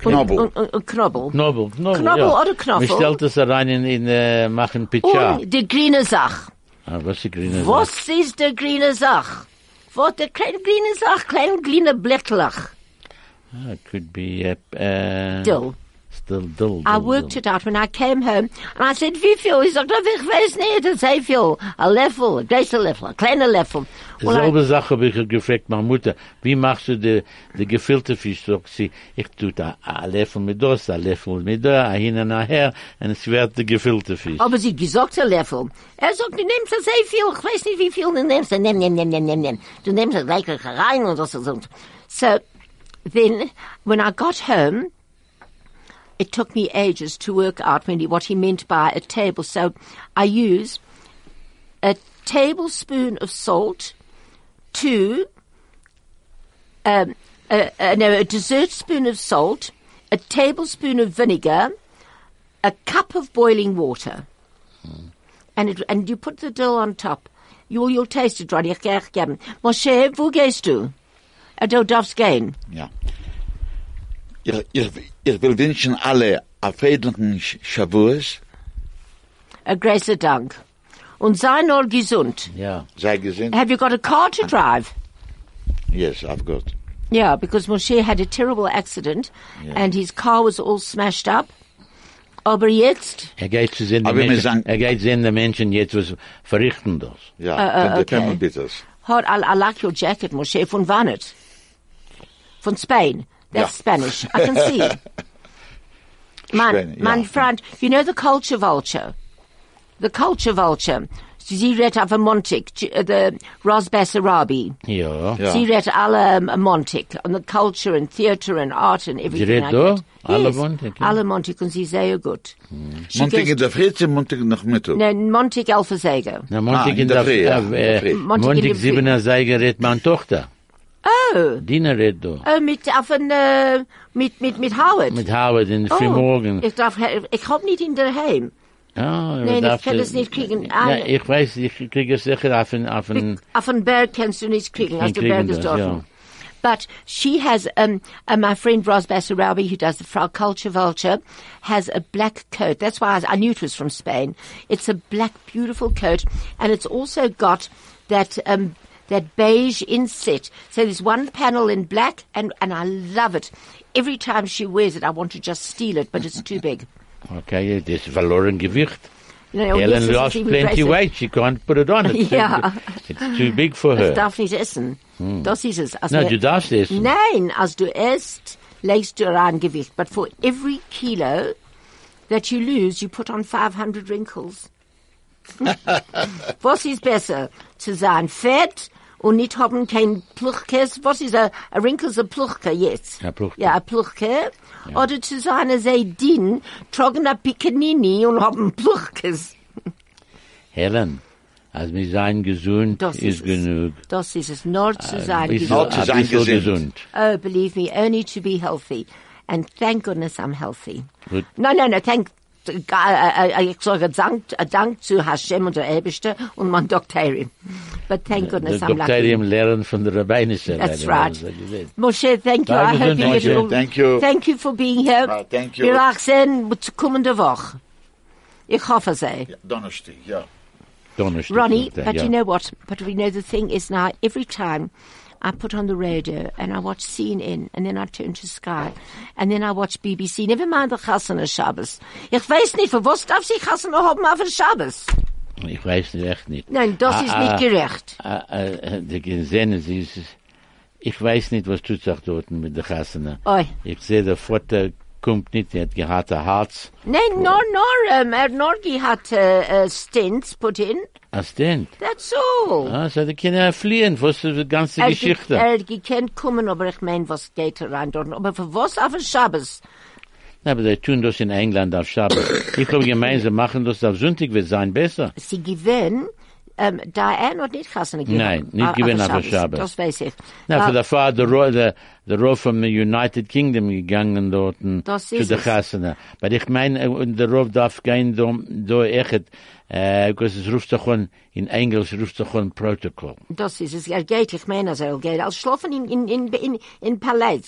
Speaker 2: Knobbel.
Speaker 1: Und, und, und Knobbel.
Speaker 3: Knobel. Knobel,
Speaker 1: Knobbel
Speaker 3: ja.
Speaker 1: oder Knoffel?
Speaker 3: We stelt es rein in, in uh, machen pitcha.
Speaker 1: Und die grüne Sache.
Speaker 3: Ah, was die grüne Sache?
Speaker 1: Was ist die grüne Sache? Was die kleine grüne Sache, kleine grüne Blättlach.
Speaker 3: Ah, it could be uh, uh,
Speaker 1: Dill.
Speaker 3: Still dill.
Speaker 1: I
Speaker 3: dill,
Speaker 1: worked
Speaker 3: dill.
Speaker 1: it out when I came home, and I said, "Wie viel?" He said, "Oh, ich weiß nicht. It's a viel, a level, a greater level, a kleiner level."
Speaker 3: Selbe Sache habe ich gefragt meine Mutter. Wie machst du die, die gefüllte Fisch? Sagt sie, ich tue da ein Löffel mit das, ein Löffel mit da, ein hin und ein her, und es wird die gefüllte Fisch.
Speaker 1: aber sie gesagt a level. Er sagt, du nimmst a sehr viel. Ich weiß nicht, wie viel du nimmst. Nimm, nimm, nimm, nimm, nimm, nimm. Du nimmst a gleich rein und das und so. Then, when I got home, it took me ages to work out really what he meant by a table. So I use a tablespoon of salt to um, uh, uh, no, a dessert spoon of salt, a tablespoon of vinegar, a cup of boiling water, and it, and you put the dill on top. You'll you'll taste it, Ronnie. Moshe, wo gehst du? Uh, Du darfst gehen.
Speaker 2: Ja. Ich, ich, ich will wünschen alle a friedlichen Sch- Shavuos.
Speaker 1: A gracer dank. Und sei nur gesund.
Speaker 3: Ja.
Speaker 2: Sei gesund.
Speaker 1: Have you got a car to drive?
Speaker 2: Yes, I've got.
Speaker 1: Yeah, because Moshe had a terrible accident and his car was all smashed up. Aber jetzt,
Speaker 3: Er geht zu sehen, die
Speaker 2: Aber wir
Speaker 3: Menschen,
Speaker 2: sagen-
Speaker 3: er geht sehen, die Menschen jetzt was verrichten dus. das.
Speaker 2: Ja,
Speaker 1: Äh, äh,
Speaker 2: von der
Speaker 1: okay.
Speaker 2: Camel Bitters.
Speaker 1: hot, I, I like your jacket, Moshe. Von Vanet. Von Spain. That's Spanish. I can see. Man,
Speaker 2: Spain,
Speaker 1: man,
Speaker 2: yeah.
Speaker 1: friend, you know the culture vulture? The culture vulture. Sie redt auf a Montic, uh, the Ros Bassarabi.
Speaker 3: Ja.
Speaker 2: Ja.
Speaker 1: She read alle um, Montic on the culture and theatre and art and everything.
Speaker 3: read
Speaker 1: like
Speaker 3: there?
Speaker 1: that.
Speaker 3: Alle
Speaker 1: yes.
Speaker 3: Montic, yeah.
Speaker 1: Alle Montic und sie sehr gut. She
Speaker 2: Montag
Speaker 1: goes-
Speaker 2: in der Fritze, Montag nach Mittag.
Speaker 1: No, Montic Alphasago.
Speaker 3: Na, Montag
Speaker 2: Ah, in
Speaker 3: Nou, in
Speaker 2: der
Speaker 3: der,
Speaker 2: Früh, ja.
Speaker 3: äh, äh,
Speaker 2: In
Speaker 1: der Früh. Montag in der
Speaker 3: Montag
Speaker 1: Früh.
Speaker 3: siebener Seiger redet meine Tochter.
Speaker 1: Oh,
Speaker 3: Dina redet da.
Speaker 1: oh, mit auf ein, äh, mit mit mit Howard.
Speaker 3: Mit Howard in
Speaker 1: oh,
Speaker 3: früh morgen.
Speaker 1: Ich darf, ich hab nicht in der Heim.
Speaker 3: Ja,
Speaker 1: Nein,
Speaker 3: darf-
Speaker 1: ich kann es nicht kriegen.
Speaker 3: Ja, ich weiß, ich kriege es sicher auf den, auf den,
Speaker 1: Auf den Berg kannst du nicht kriegen, aus
Speaker 3: Nicht
Speaker 1: dem
Speaker 3: kriegen
Speaker 1: Berg ist
Speaker 3: das, ja.
Speaker 1: offen. But she has, um, uh, my friend Ros Bassarabi, who does the Frau Culture Vulture, has a black coat. That's why I, I knew it was from Spain. It's a black, beautiful coat, and it's also got that um, that beige inset. So there's one panel in black, and and I love it. Every time she wears it, I want to just steal it, but it's too big.
Speaker 3: okay, das ist verloren Gewicht.
Speaker 1: You know, yes,
Speaker 3: Helen
Speaker 1: this is
Speaker 3: lost
Speaker 1: even
Speaker 3: plenty
Speaker 1: bracelet.
Speaker 3: weight. She can't put it on. It's,
Speaker 1: Yeah.
Speaker 3: too, it's too big for
Speaker 1: Das
Speaker 3: her.
Speaker 1: darf nicht essen. Das ist es. Also
Speaker 3: No, Äh. Hm. du darfst essen.
Speaker 1: Nein, als du isst, legst du rein Gewicht. But for every kilo that you lose, you put on 500 wrinkles. was ist besser? Zu sein fett und nicht haben kein Pluchkes? Was ist a, a wrinkles a Pluchke jetzt?
Speaker 3: Ja, Pluchke.
Speaker 1: Ja, a Pluchke. Oder zu sein a sehr dünn, tragen a Picanini und haben Pluchkes.
Speaker 3: Helen, als wir sein gesund
Speaker 1: Das
Speaker 3: ist
Speaker 1: ist es.
Speaker 3: genug. Ah,
Speaker 1: Das ist es. Nur zu sein
Speaker 3: Ein bisschen-
Speaker 1: gesund.
Speaker 2: Not zu
Speaker 3: ein
Speaker 2: sein
Speaker 3: bisschen
Speaker 2: gesund.
Speaker 1: Oh, believe me, only to be healthy. And thank goodness I'm healthy.
Speaker 3: Good.
Speaker 1: No, no, no, thank, äh, äh, äh, ich sage Dank, äh, Dank zu Hashem und der Älbeste und mein Doktorium. But thank goodness
Speaker 3: Das
Speaker 1: I'm
Speaker 3: Doktorium
Speaker 1: lucky.
Speaker 3: lernen von der Also, Rabbinische.
Speaker 1: That's
Speaker 3: Lehre,
Speaker 1: right.
Speaker 3: was er gesagt.
Speaker 1: Moshe, thank you.
Speaker 3: Bye,
Speaker 1: I hope
Speaker 3: Moshe.
Speaker 1: you
Speaker 3: Thank
Speaker 1: get
Speaker 3: you.
Speaker 1: it all.
Speaker 2: Thank you.
Speaker 1: Thank you for being here.
Speaker 2: Bye, thank you.
Speaker 1: Wir sehen uns kommende Woche. Ich hoffe sehr.
Speaker 2: Ja, Donnerstag, ja.
Speaker 3: Donnerstag.
Speaker 1: Ronnie,
Speaker 3: sagt er,
Speaker 1: but
Speaker 3: ja.
Speaker 1: you know what? But we know the thing is now, every time I put on the radio and I watch CNN and then I turn to Sky and then I watch BBC, never mind the Hasana Shabbos. Ich weiß nicht, für was darf sich Hasana haben auf den Shabbos?
Speaker 3: Ich weiß echt nicht.
Speaker 1: Nein, das
Speaker 3: Ah,
Speaker 1: ist
Speaker 3: ah,
Speaker 1: nicht gerecht.
Speaker 3: Ah, ah, die Gesehene, sie ist, ich weiß nicht, was tut sich dort mit der Kassene.
Speaker 1: Oi.
Speaker 3: Ich sehe, der Vater kommt nicht, er hat gehabt ein Herz.
Speaker 1: Nein, nor, nor, um, er Norgi hat uh, uh, stints put in.
Speaker 3: Was denn?
Speaker 1: That's all.
Speaker 3: Ah, so die Kinder fliehen, was ist Ah, die ganze
Speaker 1: Er ge-
Speaker 3: Geschichte?
Speaker 1: Er gekannt kommen, aber ich mein, was geht er rein dort. Aber für was auf den Shabbos?
Speaker 3: Na, aber sie tun das in England auf Schabbat. ich glaube, gemeinsam machen das auf Sonntag wird sein besser.
Speaker 1: Sie gewinnen ähm, Diane hat nicht Kassen gegeben.
Speaker 3: Nein, nicht
Speaker 1: Ah,
Speaker 3: gewinnt
Speaker 1: aber
Speaker 3: auf der Schabes.
Speaker 1: Das weiß ich.
Speaker 3: Na,
Speaker 1: Weil-
Speaker 3: für der Fahrer, der Rohr, der, der Rohr vom United Kingdom gegangen dort
Speaker 1: Das
Speaker 3: zu
Speaker 1: ist
Speaker 3: der
Speaker 1: es.
Speaker 3: Kassene. Aber ich meine, äh, und der Rohr darf gehen da, da echt, äh, because es ruft doch an, in Englisch ruft doch an Protocol.
Speaker 1: das ist es. Er geht, ich meine, also er geht. nou Als schlafen in, in, in, in, in Palais.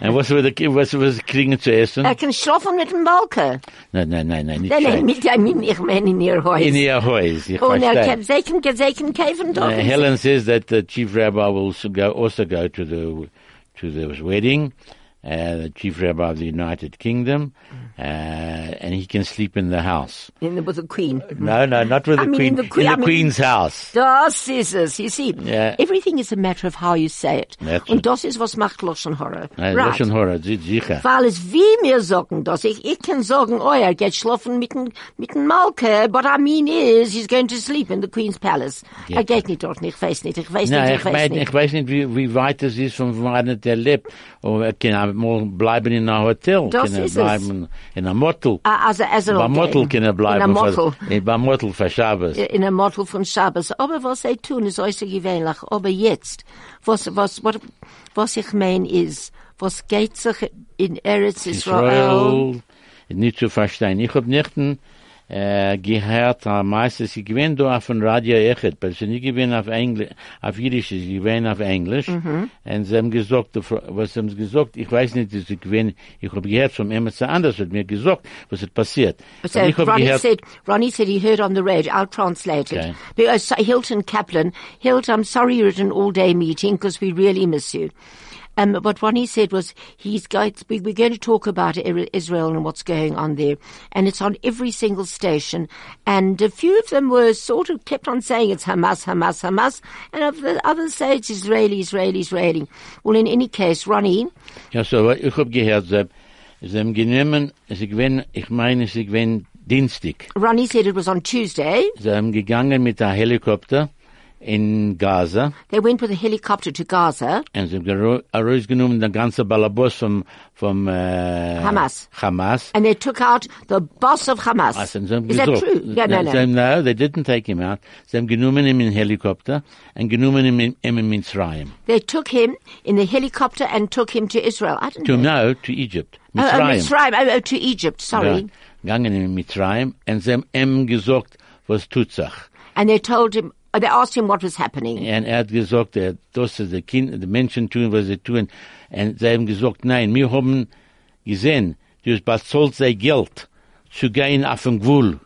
Speaker 3: Und was wir, da- was wir kriegen zu essen?
Speaker 1: Er kann schlafen mit dem Balken.
Speaker 3: Nein, nein, nein, nein, nicht
Speaker 1: Nein, nein,
Speaker 3: schön.
Speaker 1: mit, ich meine, ich meine in ihr Haus.
Speaker 3: In ihr Haus, ich
Speaker 1: Und er
Speaker 3: verstehe.
Speaker 1: kann sicher, sicher kaufen
Speaker 3: Uh,
Speaker 1: dort.
Speaker 3: Helen says that the chief rabbi will also go, also go to the to the wedding, uh, the chief rabbi of the United Kingdom, uh, and he can sleep in the house.
Speaker 1: In the, with the Queen.
Speaker 3: No, no, not with
Speaker 1: I
Speaker 3: the
Speaker 1: mean,
Speaker 3: queen.
Speaker 1: the queen- I mean-
Speaker 3: queen's house.
Speaker 1: Das ist es. You see,
Speaker 3: Yeah.
Speaker 1: everything is a matter of how you say it.
Speaker 3: That's
Speaker 1: Und
Speaker 3: it.
Speaker 1: das ist, was macht Loschen Horror.
Speaker 3: Nein,
Speaker 1: right.
Speaker 3: das schon Horror, sie- sicher.
Speaker 1: Weil es wie mir sagen, dass ich, ich kann sagen, oh, er geht schlafen mit dem, mit dem Malke, but I mean is, he's going to sleep in the Queen's Palace.
Speaker 3: Ja.
Speaker 1: Er geht nicht dort, ich weiß nicht, ich weiß
Speaker 3: Nein,
Speaker 1: nicht,
Speaker 3: ich
Speaker 1: ich weiß
Speaker 3: meine,
Speaker 1: nicht.
Speaker 3: ich weiß nicht, wie, wie weit es ist von wann der lebt. Oder er kann einmal bleiben in einem Hotel,
Speaker 1: Das
Speaker 3: kann er
Speaker 1: ist es.
Speaker 3: bleiben in einem Motel.
Speaker 1: Ah, Also, also,
Speaker 3: Bei Motel kann er bleiben.
Speaker 1: In einem Motel.
Speaker 3: für- eh, Bei Motel für Schabes.
Speaker 1: in einem Mottel von Schabbos. Aber was sie tun, ist äußerst gewöhnlich. Aber jetzt, was, was, was, was ich meine ist, was geht sich in Eretz Israel?
Speaker 3: Israel nicht zu verstehen. Ich hab nicht äh, gehört, am meisten, sie gewähnt da auf dem Radio Echet, aber sie nicht gewähnt auf Englisch, auf Jiddisch, sie gewähnt auf Englisch. Und sie haben gesagt, die Fra- was haben sie gesagt, ich weiß nicht, sie gewähnt, ich hab gehört von Emerson anders, hat mir gesagt, was ist passiert.
Speaker 1: So
Speaker 3: Und ich hab
Speaker 1: Ronnie
Speaker 3: gehört,
Speaker 1: said, Ronnie said he heard on the radio, I'll translate
Speaker 3: Okay.
Speaker 1: it. Because Hilton Kaplan, Hilton, I'm sorry you're at an all day meeting because we really miss you. Um, but what he said was, he's going, we- we're going to talk about Ir- Israel and what's going on there. And it's on every single station. And a few of them were sort of kept on saying it's Hamas, Hamas, Hamas. And of the others say it's Israeli, Israeli, Israeli. Well, in any case, Ronnie,
Speaker 3: Ja, so, aber ich hab gehört, sie, sie haben genommen, sie gewähnt, ich meine, sie gewähnt Dienstag.
Speaker 1: Ronnie said it was on Tuesday.
Speaker 3: Sie haben gegangen mit einem Helikopter in Gaza.
Speaker 1: They went with a helicopter to Gaza.
Speaker 3: Und sie haben gero- herausgenommen den ganzen Ballabus vom, vom äh,
Speaker 1: Hamas.
Speaker 3: Hamas.
Speaker 1: and they took out the boss of Hamas.
Speaker 3: Also, sie haben
Speaker 1: Is that
Speaker 3: gesagt,
Speaker 1: true? No, no, no.
Speaker 3: Sie haben, no, they didn't take him out. Sie haben genommen ihn in Helikopter und genommen ihn in, him in Mitzrayim.
Speaker 1: They took him in the helicopter and took him to Israel. I didn't
Speaker 3: To
Speaker 1: know.
Speaker 3: now, to Egypt.
Speaker 1: Oh, oh,
Speaker 3: Mitzrayim.
Speaker 1: Mitzrayim. Oh, oh, to Egypt. Sorry.
Speaker 3: Ja, gegangen in Mitzrayim und sie haben ihm gesagt, was tut sich.
Speaker 1: And they told him. uh, They asked him what was happening.
Speaker 3: Und er hat gesagt, er, das ist der Kind, die Menschen tun, was sie tun. Und sie haben gesagt, nein, wir haben gesehen, du bezahlt sein Geld zu gehen auf den Gwul.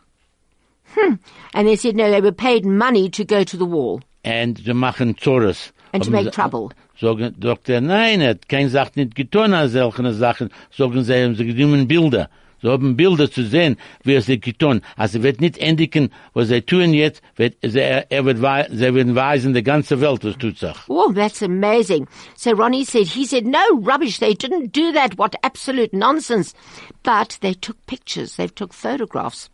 Speaker 1: And they said no, they were paid money to go to the wall.
Speaker 3: and sie machen Zores.
Speaker 1: And to
Speaker 3: Haben
Speaker 1: make
Speaker 3: sie-
Speaker 1: trouble.
Speaker 3: Sagen, sagt er, nein, er hat keine Sache nicht getan an solchen Sachen. Sagen sie, haben sie genommen Bilder. Sie haben Bilder zu sehen, wie es sie getan. Also er wird nicht endigen, was sie tun jetzt, wird, sie, er, er wird, wei- sie werden weisen, die ganze Welt, was tut sich.
Speaker 1: Oh, that's amazing. So Ronnie said, he said, no rubbish. They didn't do that. What absolute nonsense. But they took pictures. They took photographs.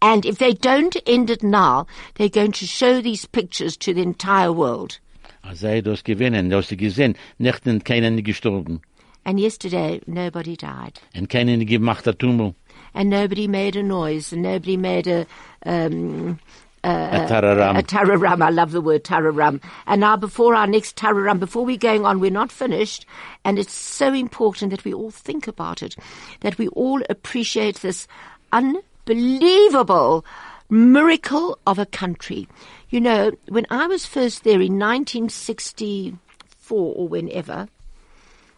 Speaker 1: And if they don't end it now, they're going to show these pictures to the entire world.
Speaker 3: Also er hat das gewinnen, das sie gesehen, nicht und keiner nicht gestorben.
Speaker 1: And yesterday, nobody died.
Speaker 3: Und keiner nicht gemacht hat Tumul,
Speaker 1: And nobody made a noise. And nobody made a, um,
Speaker 3: a Tararam.
Speaker 1: a tararam. I love the word tararam. And now, before our next tararam, before we're going on, we're not finished. And it's so important that we all think about it, that we all appreciate this unbelievable miracle of a country. You know, when I was first there in 1964 or whenever,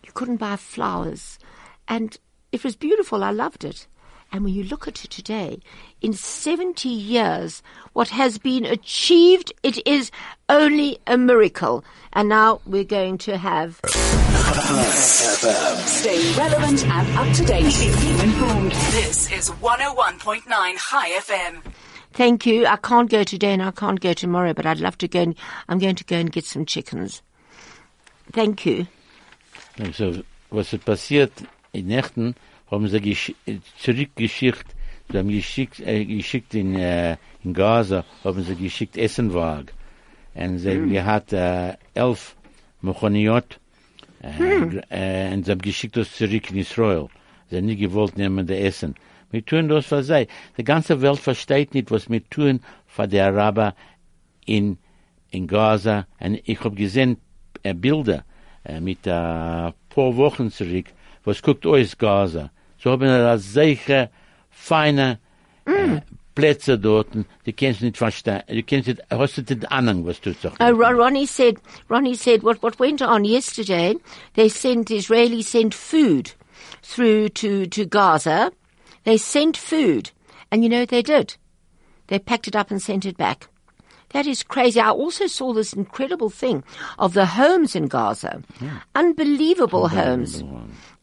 Speaker 1: you couldn't buy flowers. And it was beautiful. I loved it. And when you look at it today, in 70 years, what has been achieved, it is only a miracle. And now we're going to have
Speaker 6: Stay relevant and up to date. Keep informed. This is 101.9 High FM.
Speaker 1: Thank you. I can't go today and I can't go tomorrow, but I'd love to go and I'm going to go and get some chickens. Thank you.
Speaker 3: So, Also, was ist passiert? In Nächten haben sie gesch- äh, zurückgeschickt, sie haben geschickt, äh, geschickt in, äh, in Gaza, haben sie geschickt Essenwagen. Und sie haben gehabt äh, elf Mechaniot, Hm. äh, gr- äh, und sie haben geschickt das zurück in Israel. Sie haben nicht gewollt nehmen das Essen. Wir tun das für sie. Die ganze Welt versteht nicht, was wir tun für die Araber in, in Gaza. Und ich habe gesehen äh, Bilder äh, mit äh, paar Wochen zurück, was guckt euch Gaza. So haben wir solche feine äh, Plätze dort. Du kannst nicht verstehen, du kannst nicht, hast nicht Ahnung, was du sagst.
Speaker 1: Uh, Ron, Ronnie said, Ronnie said, what, what went on yesterday, they sent, Israeli sent food through to, to Gaza. They sent food. And you know what they did? They packed it up and sent it back. That is crazy. I also saw this incredible thing of the homes in Gaza. Unbelievable homes.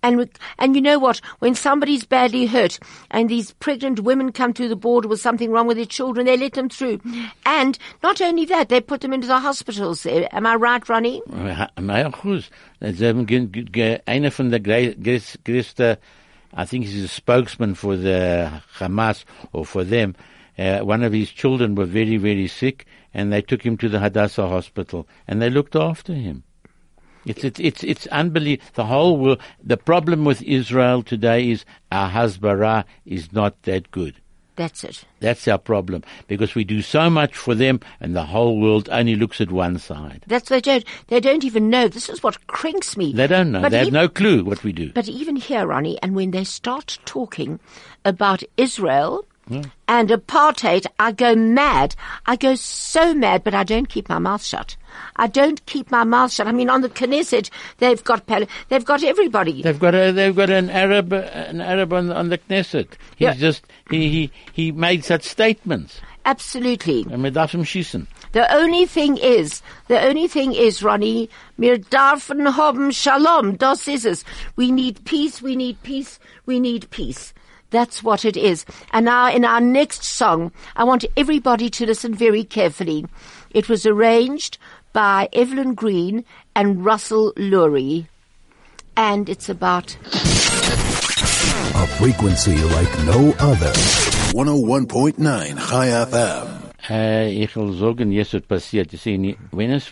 Speaker 1: And, we- and you know what? When somebody's badly hurt and these pregnant women come through the border with something wrong with their children, they let them through. And not only that, they put them into the hospitals. there. Am I right, Ronnie?
Speaker 3: Meier Cruz. Sie haben ge- ge- ge- einer von der grei- größ- größte, I think he's a spokesman for the Hamas or for them. Uh, one of his children were very, very sick, and they took him to the Hadassah hospital, and they looked after him. It's it's it's, it's unbelievable. The whole world. The problem with Israel today is our hasbara is not that good.
Speaker 1: That's it.
Speaker 3: That's our problem because we do so much for them, and the whole world only looks at one side.
Speaker 1: That's they don't. They don't even know. This is what cranks me.
Speaker 3: They don't know.
Speaker 1: But
Speaker 3: they have
Speaker 1: ev-
Speaker 3: no clue what we do.
Speaker 1: But even here, Ronnie, and when they start talking about Israel and apartheid, I go mad. I go so mad, but I don't keep my mouth shut. I don't keep my mouth shut. I mean, on the Knesset, they've got Pal- they've got everybody.
Speaker 3: They've got a, they've got an Arab an Arab on, on the Knesset. He's
Speaker 1: Yeah.
Speaker 3: just he, he he made such statements.
Speaker 1: Absolutely.
Speaker 3: And we darf him schießen.
Speaker 1: The only thing is, the only thing is, Ronnie, wir dürfen haben Shalom. Das ist es. We need peace, we need peace, we need peace. That's what it is. And now in our next song, I want everybody to listen very carefully. It was arranged by Evelyn Green and Russell Lurie. And it's about
Speaker 4: A frequency like no other. 101.9 High FM.
Speaker 3: Äh, ich will sagen, jetzt was passiert. Ich sehe, nie- wenn es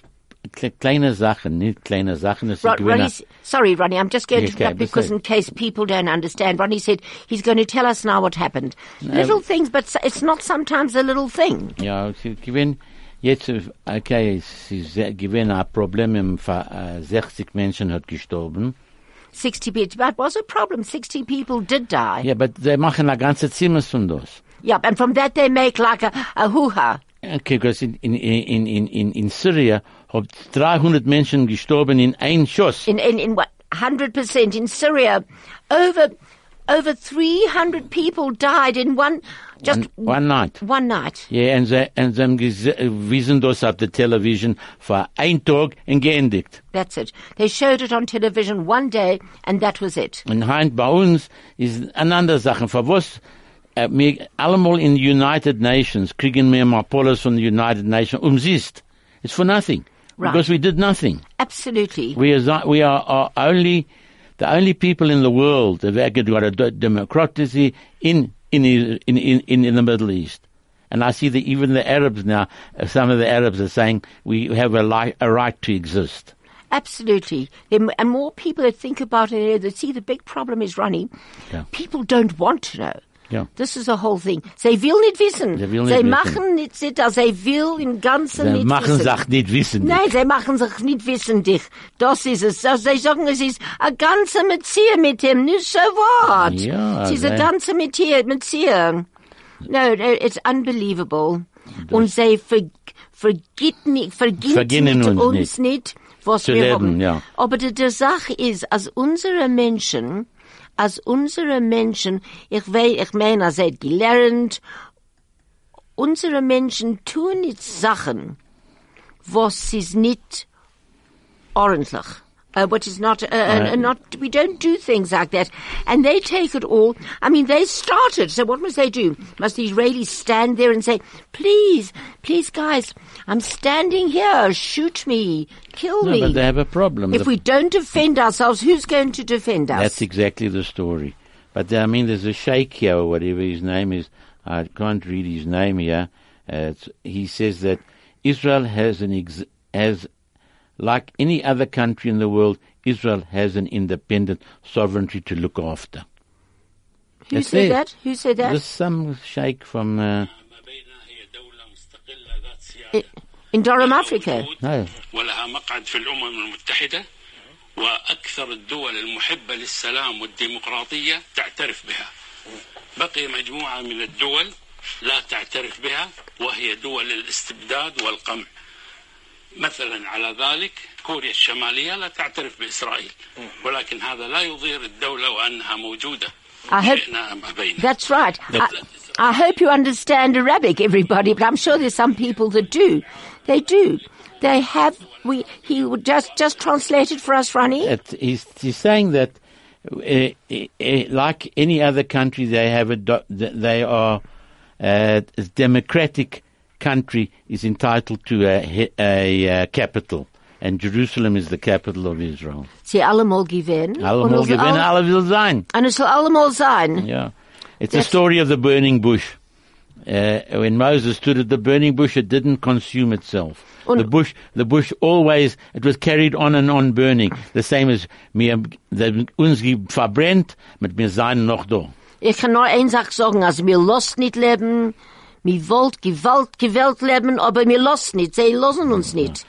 Speaker 3: kle- kleine Sachen, nicht kleine Sachen, es
Speaker 1: Ron,
Speaker 3: sind Gewinner.
Speaker 1: Ronnie's, sorry, Ronnie, I'm just going
Speaker 3: Yes,
Speaker 1: to interrupt
Speaker 3: Gabe,
Speaker 1: because
Speaker 3: sorry.
Speaker 1: in case people don't understand, Ronnie said he's going to tell us now what happened. Little things, but s- it's not sometimes a little thing.
Speaker 3: Ja, sie gewinnen jetzt, äh, okay, sie se- gewinnen ein Problem im Ver- äh, 60 Menschen hat gestorben.
Speaker 1: 60 people, that was a problem. 60 people did die.
Speaker 3: Ja, aber sie machen ein ganzes Zimmer von das.
Speaker 1: Yep, and from that they make like a, a hoo-ha.
Speaker 3: Okay, because in, in, in, in, in, in Syrien haben 300 Menschen gestorben in einem Schuss.
Speaker 1: In, in, in what, 100% in Syria. Over, over 300 people died in one, just
Speaker 3: One- one night.
Speaker 1: One night.
Speaker 3: Ja, en ze, en ze hebben geze- eh, we zijn dus op de televisie voor één dag en geëindigd.
Speaker 1: That's it. They showed it on television one day and that was it.
Speaker 3: En Hein, bij ons is een andere zaak. Voor was, eh, we allemaal in de United Nations kriegen we maar polis van de United Nations omzist. It's for nothing.
Speaker 1: Right.
Speaker 3: Because we did nothing.
Speaker 1: Absolutely.
Speaker 3: We are, zo- we are, are only, the only people in the world that have got a de- democracy in, in, Is- in, in, in, in the Middle East. And I see that even the Arabs now, uh, some of the Arabs are saying we have a, li- a right to exist.
Speaker 1: Absolutely. There m- And more people that think about it, that see the big problem is running.
Speaker 3: Yeah.
Speaker 1: People don't want to know.
Speaker 3: Yeah.
Speaker 1: This is the whole thing. They will nicht wissen.
Speaker 3: They will
Speaker 1: they
Speaker 3: nicht
Speaker 1: machen nicht sitter. They will im Ganzen
Speaker 3: They
Speaker 1: nicht
Speaker 3: machen
Speaker 1: wissen.
Speaker 3: sich nicht wissen.
Speaker 1: Nein, sie machen sich nicht wissendig. Das ist es. Das, sie sagen, es ist ein ganze Metzier mit dem, nicht so what?
Speaker 3: Ja, also.
Speaker 1: es ist ein
Speaker 3: they-
Speaker 1: ganze Metzier, Metzier. No, no, it's unbelievable. Und sie ver, vergitt nicht, verginnt
Speaker 3: Verginnen
Speaker 1: mit
Speaker 3: uns
Speaker 1: uns, nicht, was
Speaker 3: Zu
Speaker 1: wir
Speaker 3: leben,
Speaker 1: haben.
Speaker 3: ja.
Speaker 1: Aber die, die Sache ist, als unsere Menschen, als unsere Menschen, ich weiß, ich meine, ihr seid gelernt, unsere Menschen tun nicht Sachen, was is nicht ordentlich. Uh, what is not, uh, uh, not, we don't do things like that. And they take it all. I mean, they started. So what must they do? Must the Israelis stand there and say, please, please guys, I'm standing here. Shoot me. Kill
Speaker 3: No,
Speaker 1: me.
Speaker 3: but they have a problem.
Speaker 1: if
Speaker 3: The-
Speaker 1: we don't defend ourselves, who's going to defend us?
Speaker 3: That's exactly the story. But I mean, there's a sheikh here, or whatever his name is. I can't read his name here. Uh, it's, he says that Israel has an ex- has, like any other country in the world, Israel has an independent sovereignty to look after.
Speaker 1: Who
Speaker 3: That's
Speaker 1: said
Speaker 3: it.
Speaker 1: that? Who said that?
Speaker 3: Just some shake from, uh,
Speaker 7: ما بينها هي دولة مستقلة ذات سيادة
Speaker 1: I- in Durham, Africa.
Speaker 3: no.
Speaker 7: ولها مقعد في الأمم المتحدة وأكثر الدول المحبة للسلام والديمقراطية تعترف بها بقي مجموعة من الدول لا تعترف بها وهي دول الاستبداد والقمع مثلا على ذلك كوريا الشمالية لا تعترف بإسرائيل ولكن هذا لا يضير الدولة وأنها موجودة
Speaker 1: I hope-
Speaker 7: شئنا أم أبينا
Speaker 1: That's right.
Speaker 3: Yep.
Speaker 1: I, I hope you understand Arabic, everybody, but I'm sure there's some people that do. They do. They have. We he would just just translate it for us, Ronnie.
Speaker 3: It, he's, he's saying that, uh, uh, like any other country, they have a do- th- they are uh, a democratic country is entitled to a, he- a, uh capital, and Jerusalem is the capital of Israel.
Speaker 1: See, allemaal gewen.
Speaker 3: Alle mogen winnen, alle wil zijn.
Speaker 1: En het zal allemaal zijn.
Speaker 3: Yeah. It's the
Speaker 1: That's-
Speaker 3: story of the burning bush. Uh, when Moses stood at the burning bush, it didn't consume itself.
Speaker 1: Oh, no.
Speaker 3: the bush, the bush always, it was carried on and on burning. The same as, mir, the, uns gibt verbrennt, mit mir sein noch da.
Speaker 1: Ich kann nur eine Sache sagen, also mir lost nicht leben, mir wollt Gewalt, Gewalt leben, aber mir lost nicht, sie lassen uns nicht.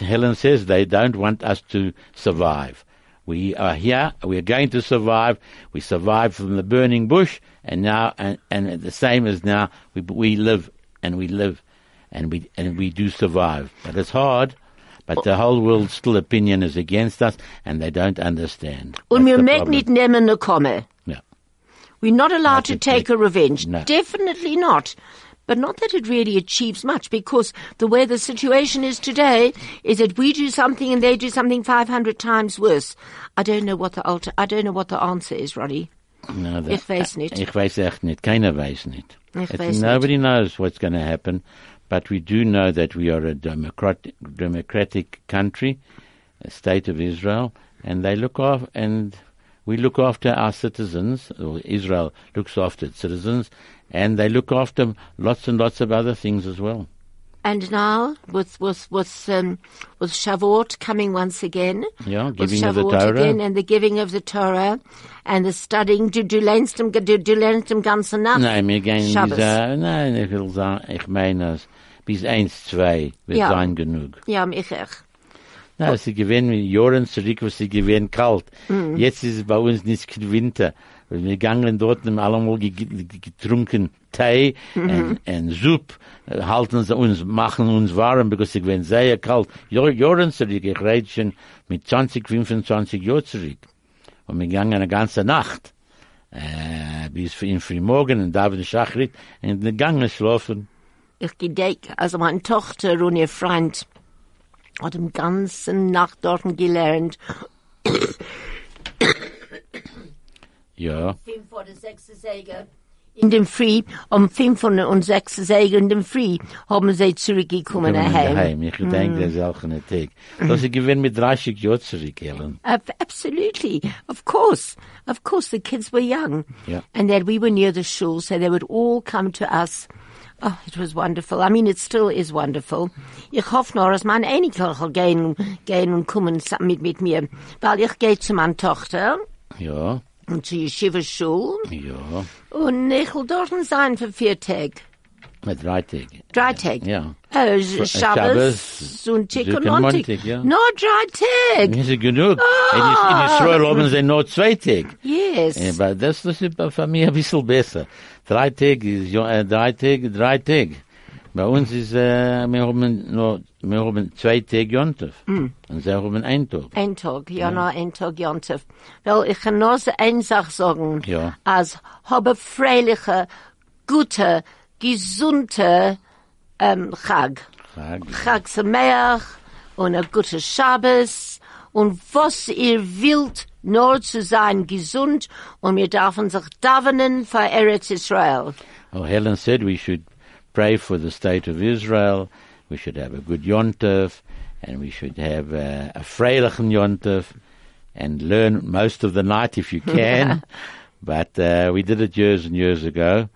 Speaker 3: Helen says they don't want us to survive. We are here, we are going to survive. We survived from the burning bush, and now, and, and the same as now, we, we live and we live and we, and we do survive. But it's hard, but the whole world's still opinion is against us, and they don't understand.
Speaker 1: Und
Speaker 3: That's
Speaker 1: wir
Speaker 3: the
Speaker 1: mögen
Speaker 3: problem.
Speaker 1: nicht nehmen eine Komme.
Speaker 3: Yeah.
Speaker 1: We're not allowed to
Speaker 3: it-
Speaker 1: take a revenge.
Speaker 3: No.
Speaker 1: Definitely not. But not that it really achieves much because the way the situation is today is that we do something and they do something 500 times worse. I don't know what the alter, I don't know what the answer is, Ronnie.
Speaker 3: No, that,
Speaker 1: Ich weiß nicht.
Speaker 3: Ich weiß echt nicht. Keiner weiß nicht.
Speaker 1: Ich
Speaker 3: It's-
Speaker 1: weiß
Speaker 3: nobody knows what's going to happen, but we do know that we are a democratic, democratic country, a state of Israel, and they look off and we look after our citizens, or Israel looks after its citizens, and they look after lots and lots of other things as well.
Speaker 1: And now with with with um, with Shavuot coming once again,
Speaker 3: Yeah,
Speaker 1: with
Speaker 3: giving of the
Speaker 1: Shavuot
Speaker 3: Torah.
Speaker 1: again and the giving of the Torah and the studying. Du du lernst im du du lernst im ganzen Nacht.
Speaker 3: Nein, wir gehen
Speaker 1: Ah, Shabbos.
Speaker 3: dieser, nein, ich will sagen, ich meine, es- bis eins, zwei, wird
Speaker 1: Ja.
Speaker 3: sein genug.
Speaker 1: Ja, ich auch.
Speaker 3: Na, sie gewinnen in Jahren zurück, wo sie gewinnen kalt. Jetzt ist es bei uns nicht kein Winter. Weil Wir gingen dort und allemal ge- ge- getrunken Tee und, und Suppe, äh, halten sie uns, machen uns warm, because sie gewinnen sehr kalt. Jo- Jahren zurück, ich rede schon mit 20, 25 Jahren zurück. Und wir gingen eine ganze Nacht, äh, bis in Frühmorgen und David Schachrit, und wir gingen schlafen.
Speaker 1: Ich gedenke, also meine Tochter und ihr Freund hat im ganzen Nacht dort gelernt.
Speaker 3: Ja.
Speaker 1: Fünf vor der sechsten Säge. In dem Free, um fünf von der- und sechsten Säge in dem Free, haben sie zurückgekommen
Speaker 3: Kommen wir
Speaker 1: daheim.
Speaker 3: daheim. Ich denke, das ist auch ein Tag. Das ich gewinne mit 30 Jahren zurück, Ellen.
Speaker 1: Ab- absolutely. Of course. Of course, the kids were young.
Speaker 3: Yeah.
Speaker 1: And that we were near the shul, so they would all come to us. Oh, it was wonderful. I mean, it still is wonderful. Ich hoffe nur, dass mein Enkelchen gehen, gehen und kommen sa- mit, mit mir. Weil ich gehe zu meiner Tochter
Speaker 3: Ja,
Speaker 1: und zur Yeshiva-Schule
Speaker 3: ja.
Speaker 1: und ich will dort sein für vier Tage.
Speaker 3: Mit 3 Tagen.
Speaker 1: Drei Tage.
Speaker 3: Ja.
Speaker 1: Äh, Sch- Shabbos,
Speaker 3: Shabbos,
Speaker 1: Sonntag und
Speaker 3: Sonntag und
Speaker 1: Montag.
Speaker 3: Montag, ja.
Speaker 1: No, drei Tage.
Speaker 3: Das ist genug. In Is- In Israel haben sie nur zwei Tage.
Speaker 1: Yes.
Speaker 3: Ja, Aber das, das ist bei- für mich ein bisschen besser. Drei Tage ist, ja, äh, drei Tage, drei Tage. Bei uns ist, äh, wir haben nur, wir haben zwei Tage Jontef. Und sie haben einen Tag.
Speaker 1: Ein Tag, ja, noch ein Tag Jontef. Weil ich kann nur so eine Sache sagen.
Speaker 3: Ja.
Speaker 1: Als habe freiliche, gute, gesunde ähm, Chag.
Speaker 3: Chag.
Speaker 1: Chag Sameach und ein guter Schabbos. Und was ihr wollt, nur zu sein gesund und wir dürfen sich davenen für Eretz Israel.
Speaker 3: Oh, Helen said we should pray for the state of Israel. We should have a good Yontef, and we should have a, a freilichen Yontef, and learn most of the night if you can. but uh, we did it years and years ago.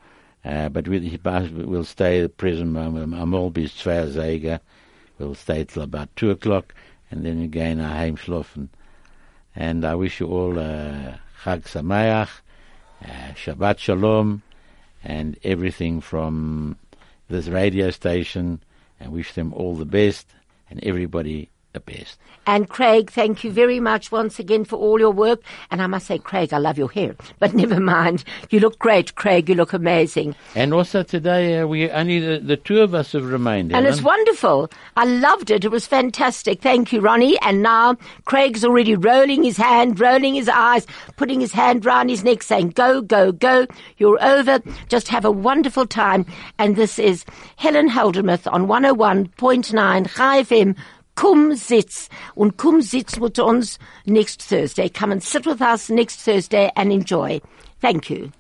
Speaker 3: Uh, but we, but we'll stay at prison. Um, Amol bis zwei Zeger. We'll stay till about two o'clock, and then again our home schlafen. And I wish you all uh, Chag Sameach uh, Shabbat Shalom, and everything from this radio station. And wish them all the best and everybody the best.
Speaker 1: And Craig, thank you very much once again for all your work. And I must say, Craig, I love your hair. But never mind. You look great, Craig. You look amazing.
Speaker 3: And also today, uh, we only the, the two of us have remained.
Speaker 1: And
Speaker 3: Helen.
Speaker 1: it's wonderful. I loved it. It was fantastic. Thank you, Ronnie. And now Craig's already rolling his hand, rolling his eyes, putting his hand round his neck, saying, Go, go, go. You're over. Just have a wonderful time. And this is Helen Haldermuth on 101.9 High FM. Come sitz. And come sitz with us next Thursday. Come and sit with us next Thursday and enjoy. Thank you.